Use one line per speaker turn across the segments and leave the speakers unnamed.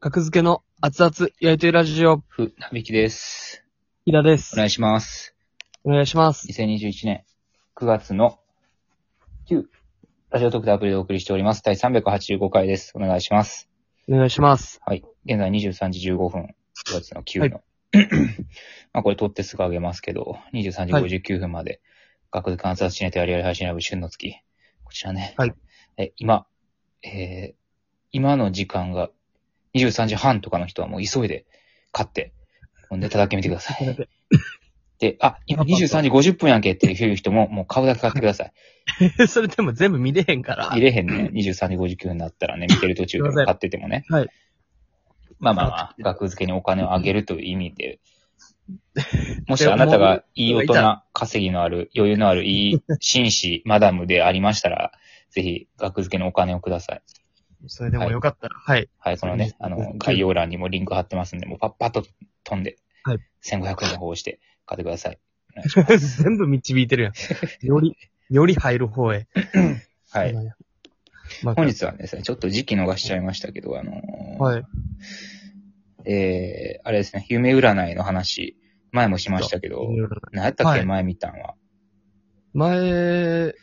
格付けの熱々焼いてるラジオ、
ふ、なびきです。
ひだです
お。願いします。
お願いします。
2021年9月の9、ラジオトークでアプリでお送りしております。第385回です。お願いします。
お願いします。
はい。現在23時15分、9月の9の。
はい
まあこれ撮ってすぐ上げますけど、23時59分まで、学術観察しないとやりやり配信ライブ旬の月。こちらね。
はい。
え、今、えー今の時間が23時半とかの人はもう急いで買って、もうネタだけ見てください。で、あ、今23時50分やんけっていう人も、もう顔だけ買ってくださ い。
それでも全部見れへんから。
見れへんね。23時59分になったらね、見てる途中でも買っててもね。
はい。
まあまあまあ、額付けにお金をあげるという意味で、もしあなたがいい大人、稼ぎのある、余裕のある、いい紳士、マダムでありましたら、ぜひ、額付けのお金をください。
それでもよかったら。はい。
はい、このね、あの、概要欄にもリンク貼ってますんで、もうパッパッと飛んで、
はい
1500円の方を押して買ってください。
全部導い てるや ん。より、より入る方へ。
はい。。
まあ、
本日はですね、ちょっと時期逃しちゃいましたけど、あのー
はい。
えー、あれですね、夢占いの話、前もしましたけど、何やったっ
は
け、
い
前見たんは。
前、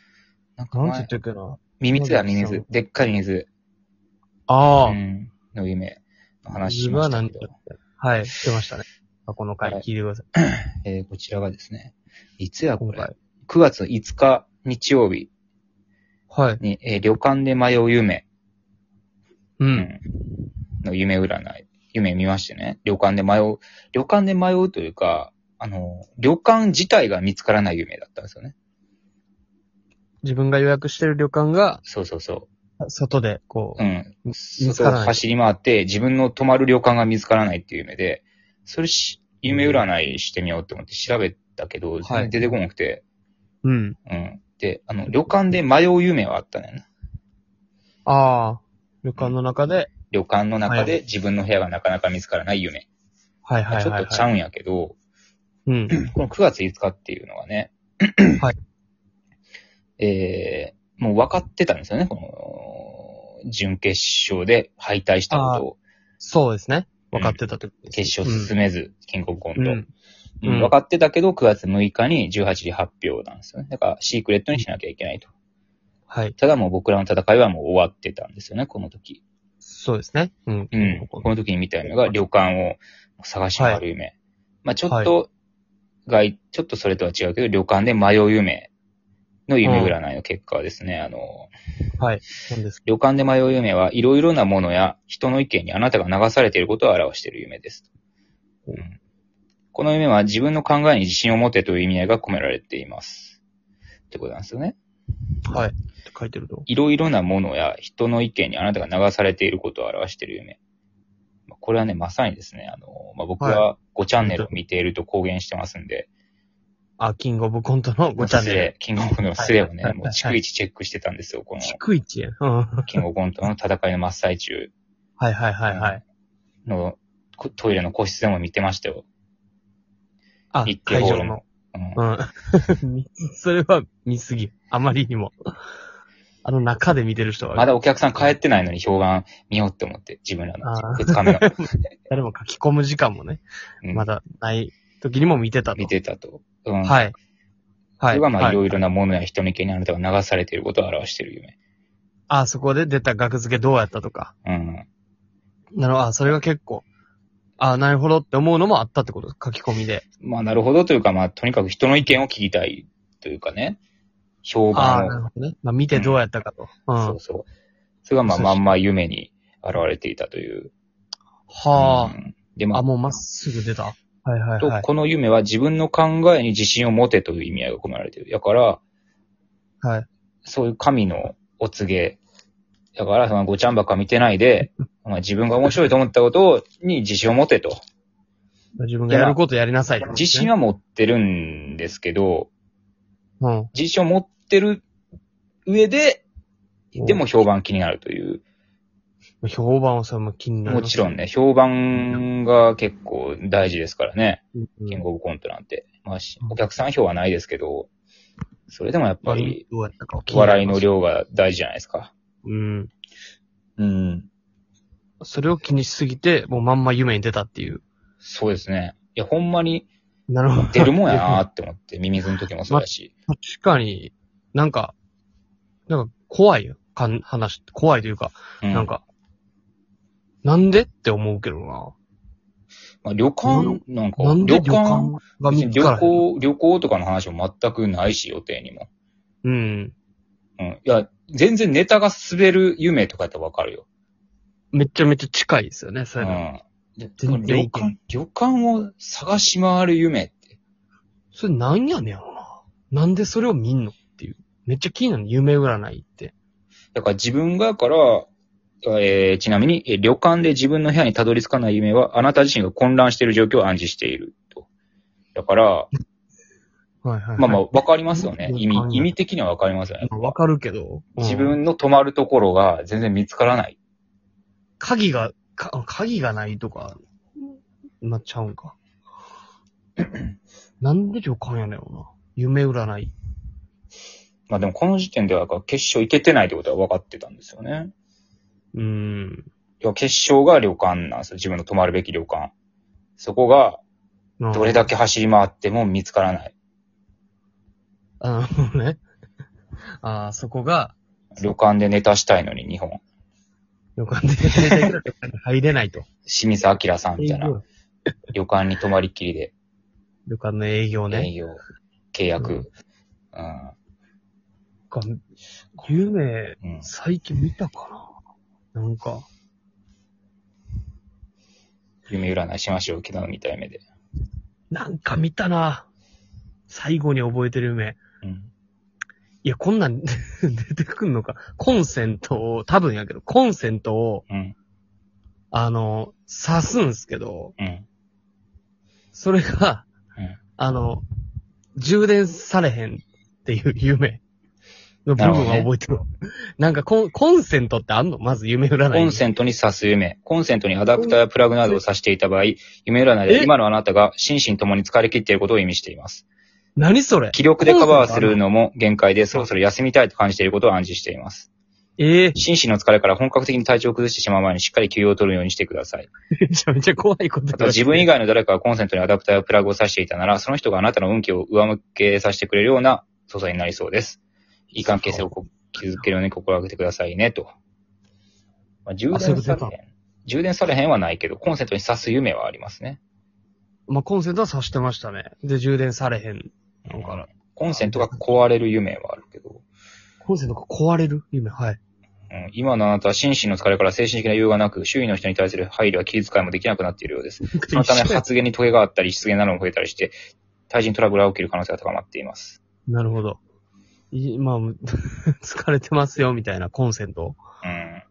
なんか
なんて言っ
前、
たっけな。
ミミズや
なんだっけ
ミミズ、でっかいミミズ、
ああ
う。ん、の夢の話し
自分
ま
は
した
何
け
だ
ど、
ったはい。出ましたね。あこの回
はい
聞いてください。
えー、こちらがですね、いつやこ
今
れ
回。、
9月5日日曜日
はい。
に、えー旅館で迷う夢、
う。
うんん、の夢占い、夢見ましてね、旅館で迷う、旅館で迷うというか、あの、旅館自体が見つからない夢だったんですよね。
自分が予約してる旅館が、
そうそうそう。
外で、こう
う、ん。
見つからない
外を走り回って、自分の泊まる旅館が見つからないっていう夢で、それし、夢占いしてみようって思って調べたけど、全然出てこなくて、
うん。
うん。で、あの、旅館で迷う夢はあったねんな。
ああ。旅館の中で、
旅館の中
は
で自分の部屋がなかなか見つからない夢。
はいはい
ちょ
はい、はい。
っとちゃうんやけど、
うん。
この9月5日っていうのはね、
はい
えー、もう分かってたんですよね、この、準決勝で敗退したことを、
そうですね。分かってたってことです。
決勝進めず、キングオブコント。
うん。
うん
うん
分かってたけど、9月6日に18時発表なんですよね。だから、シークレットにしなきゃいけないと。
はい。
ただもう僕らの戦いはもう終わってたんですよね、この時。
そうですね。うん。
うん。この時に見た夢が旅館を探し回る夢。まあちょっと、外、ちょっとそれとは違うけど、旅館で迷う夢の夢占いの結果はですね、あの、
はい。なんです
旅館で迷う夢はいろいろなものや人の意見にあなたが流されていることを表している夢です。うんこの夢は自分の考えに自信を持てという意味合いが込められています。ってことなんですよね。
はい。って書いてると。
いろいろなものや人の意見にあなたが流されていることを表している夢。まあこれはね、まさにですね、あの、まあ、僕は5チャンネルを見ていると公言してますんで、
あ、キングオブコントの5チャンネル。
キングオブコントのスレをね
はい、
もう逐一チェックしてたんですよ、この
低い位置やん。うん。は
キングオブコントの戦いの真っ最中。
いはいはいはい。
のこトイレの個室でも見てましたよ。
あ
一、級
会
ホー
場
ル
の
も。。う
う
ん
ん。 それは見すぎ。あまりにも。あの中で見てる人は。
まだお客さん帰ってないのに評判見ようって思って、自分らの
あー
2日目 の。
誰も書き込む時間もね。
うん
まだない時にも見てたと。
見てたと。うん
はい。
そ
は
れ
い。
がまあ、
はい
ろいろなものや人の意見にあなたが流されていることを表している夢。
あ、そこで出た額付けどうやったとか。
うん。
なるほど。あ、それが結構。あ、なるほどって思うのもあったってこと書き込みで。
まあ、なるほどというか、まあ、とにかく人の意見を聞きたいというかね。評
ああ、な
判
るほどね。まあ見てどうやったかと。う
を。
ん。
そうそう。それがまあ、
そう
ま
そうん
ま夢に現れていたという。
は
うんで、
あ。
ま
あ、
あ、
もうまっすぐ出た。はいはい
と
はい。
この夢は自分の考えに自信を持てという意味合いが込められている。だから、
はい。
そういう神のお告げ。だから、そのごちゃんばっか見てな いで、まあ、自分が面白いと思ったことに自信を持てと。
自分がやることやりなさい、
自信
は、
は持ってるんですけど、
うん。
自信を持ってる上で、でも評判気になるという。
評判をさ、もう気になる。
もちろんね、評判が結構大事ですからね。
うん。
キングオブコントなんて。まあ、しお客さん票はないですけど、それでもやっぱり、
どうやったかを気になり
笑い
ます
の。量が大事じゃないですか。
うん。
うん。
それを気にしすぎて、もうまんま夢に出たっていう。
そうですね。いや、ほんまに
なるほど。
出るもんやなーって思って、ミミズの時もそうだし。
確かに、なんか、なんか怖いよ。かん話、怖いというか、
う
なん、か、なんでって思うけどな。
まあ、旅館なんか、
なんで
旅
旅
館
館が見つ
旅
からへん
行、旅行とかの話も全くないし、予定にも。
うん。
うん。いや、全然ネタが滑る夢とかやったらわかるよ。
めちゃめちゃ近いですよね、そうれの。
ん。で
全
旅
然いけん
館、旅館を探し回る夢って。
それなんやねんやろな。なんでそれを見んのっていう。めっちゃ気になる夢占いって。
だから自分がやから、えーちなみに、えー旅館で自分の部屋にたどり着かない夢は、あなた自身が混乱している状況を暗示していると。だから、
はいはい、はい。
まあまあ、わかりますよね。
うん
意味、意味的にはわかりますよね
ま。あわかるけど。うん
自分の泊まるところが全然見つからない。
鍵が、か鍵がないとか、なっちゃうん か。なんで旅館やねんよな。夢占い。
まあでもこの時点では、決勝行けてないってことは分かってたんですよね。
うーん。
いや、決勝が旅館なんですよ。自分の泊まるべき旅館。そこが、どれだ
け
け走り回っても見つからない。
あのね。あーそこが、
旅館でネタしたいのに日本。
旅館で大体いくらか入れないと。
清水明さんみたいな。旅館に泊まりっきりで
旅館の営業
営
ね。
業、契
うん
約。うん。
か夢、
うん。
最近見たかななんか、
夢占いしましょう。昨日みたい目で。
なんか見たな。最後に覚えてる夢。
うん。
いや、こんなん 出てくんのか。コンセントを、多分やけど、コンセントを、
うん。
あの、刺すんすけど、
うん。
それが、
うん
あの、充電されへんっていう夢の部分は覚えてるわ。なんかコン、コンセントってあんのまず夢占いに。
コンセントに挿す夢。コンセントにアダプターやプラグなどを挿していた場合、夢占いで
え
今のあなたが心身ともに疲れ切っていることを意味しています。
何それ
気力でカバーするのも限界で、そろそろ休みたいと感じていることを暗示しています。
ええ
心身の疲れから本格的に体調を崩してしまう前にしっかり休養を取るようにしてください。
めちゃめちゃ怖いこと
あと、自分以外の誰かがコンセントにアダプターやプラグを挿していたなら、その人があなたの運気を上向けさせてくれるような素材になりそうです。いい関係性をこ築けるように心がけてくださいね、と。まあ、充
あそういう
電
こと
さ
や
れへん。充電されへんはないけど、コンセントに挿す夢はありますね。
まあ、コンセントは挿してましたね。で、充電されへん。なんかな
コンセントが壊れる夢はあるけど。
コンセントが壊れる夢、 はい。
うん今のあなたは心身の疲れから精神的な余裕がなく、周囲の人に対する配慮は気遣いもできなくなっているようです。そのため発言にトゲがあったり、失言なども増えたりして、対人トラブルが起きる可能性が高まっています。
なるほど。いまあ、 疲れてますよ、みたいな、コンセント。
うん。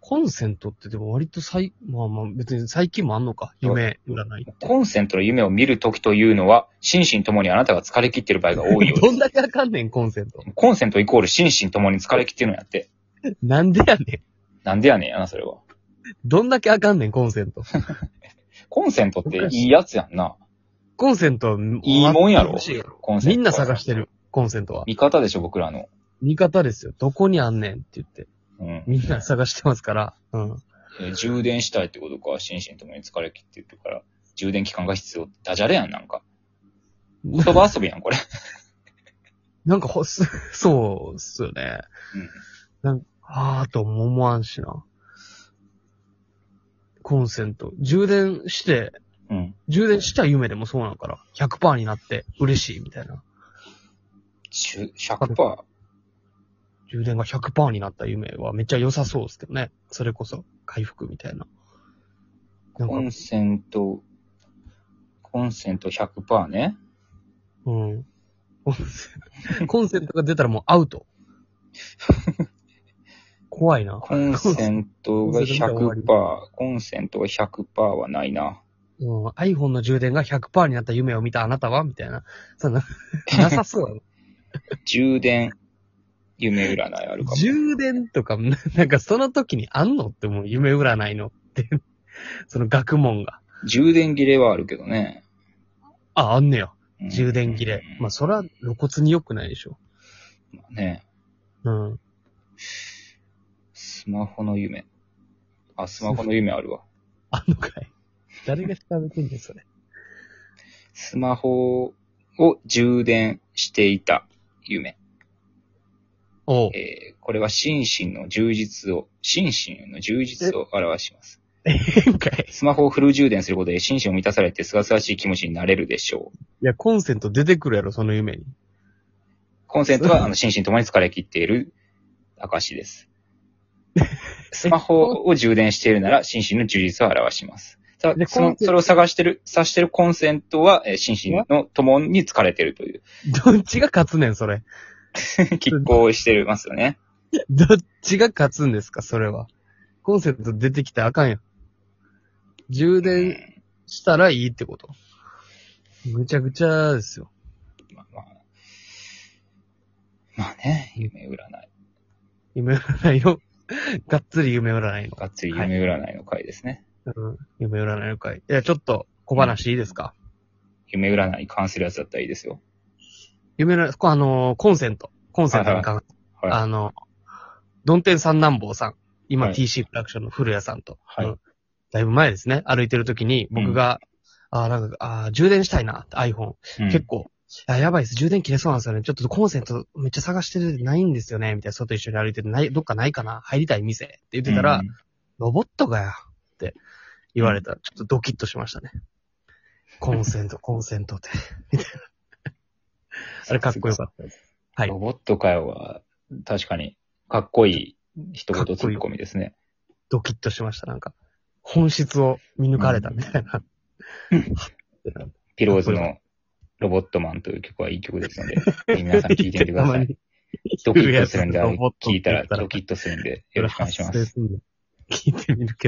コンセントってでも割と最、まあまあ別に最近もあんのか。夢占い。
コンセントの夢を見るときというのは、心身ともにあなたが疲れ切っている場合が多いよう
ど
で
ん
す。
だけあかんねん、コンセント。
コンセントイコール心身ともに疲れ切ってるんやって。
なんでやね
なんでやねんやな、それは。
ん。どんだけあかんねん、コンセント。
コンセントっていいやつやんな。
コンセント、
いいもんやろ
欲しい
コンセント。
みんな探して。る、コンセントは。
味方でしょ、僕らの。
味方ですよ。どこにあんねんって言って。
うん。
みんな探してますから。うん。
えー充電したいってことか、心身ともに疲れ切ってるから、充電期間が必要ってダジャレやん、なんか。言葉遊びやん、これ。
なんかほ、すそうっすよね。
うん
なんか、あーとも思わんしな。コンセント。充電して、
うん。
充電した夢でもそうなんから、100%になって嬉しいみたいな。
ちゅ100%。
充電が100%になった夢はめっちゃ良さそうですけどね。それこそ、回復みたいな。なん
コン
か、
セント、コンセント100%ね。
うん。コンセントコンセントが出たらもうアウト。怖いな。
コンセント が100%、コンセントが100%はないな。
うん、iPhone の充電が100%になった夢を見たあなたはみたいな。そ んな、なさそうやな
充電、夢占いあるかも。
充電とか、ななんかその時にあんのって思う。夢占いのって。その学問が。
充電切れはあるけどね。
あ、あんねや。
うん
充電切れ。まあ、それは露骨に良くないでしょ。
まあね、
うん。
スマホの夢。あ、スマホの夢あるわ。
あんのかい。誰が調べてんねん、それ。
スマホを充電していた夢。
おう。
えーこれは心身の充実を、心身の充実を表します。
変かい。
スマホをフル充電することで心身を満たされて清々しい気持ちになれるでしょう。
いや、コンセント出てくるやろ、その夢に。
コンセントは、あの、心身ともに疲れ切っている証です。 スマホを充電しているなら、心身の充実を表します。た
で
だ、そ
コンセン
の、
ト
それを探してる、察してるコンセントは、えー心身のともに疲れてると いう、
どっちが勝つねん、それ。
拮抗してますよね。
どっちが勝つんですか、それは。コンセント出てきたらあかんやん。充電
うん
したらいいってこと。ぐちゃぐちゃですよ。
まあまあ。まあね、夢占い。
夢占いの、がっつり夢占いの。
がっつり夢占いの回ですね。
うん、夢占いの会。いや、ちょっと小話いいですか、
夢占いに関するやつだったらいいですよ。
夢占い、こあのーコンセント。コンセントに関、
はいはい
あの、ドンテン三南坊さん。今、
はい
TC プラクションの古谷さんと。
はい
うんだいぶ前ですね。歩いてる時に、僕が、あーなんか、あー充電したいなって iPhone。
うん
結構、あやばいです。充電切れそうなんですよね。ちょっとコンセントめっちゃ探してるないんですよね。みたいな、外一緒に歩いてて、ない、どっかないかな入りたい店って言ってたら、
うん
ロボットがや、って言われたら、ちょっとドキッとしましたね。コン セント、コンセントって。あれかっこよかったです。はい
ロボットかよは、確かに、かっこいい一言ツッコミですね。
ドキッとしました、なんか。本質を見抜かれたみたいな。
ピローズのロボットマンという曲はいい曲ですの で、皆さん聴いてみてくださ
たま
い
に。
ドキッとするんで、あれ
ロボット
聴いたら
って言ったら
ドキッとするんで、よろしくお願いします。
聞いてみるけど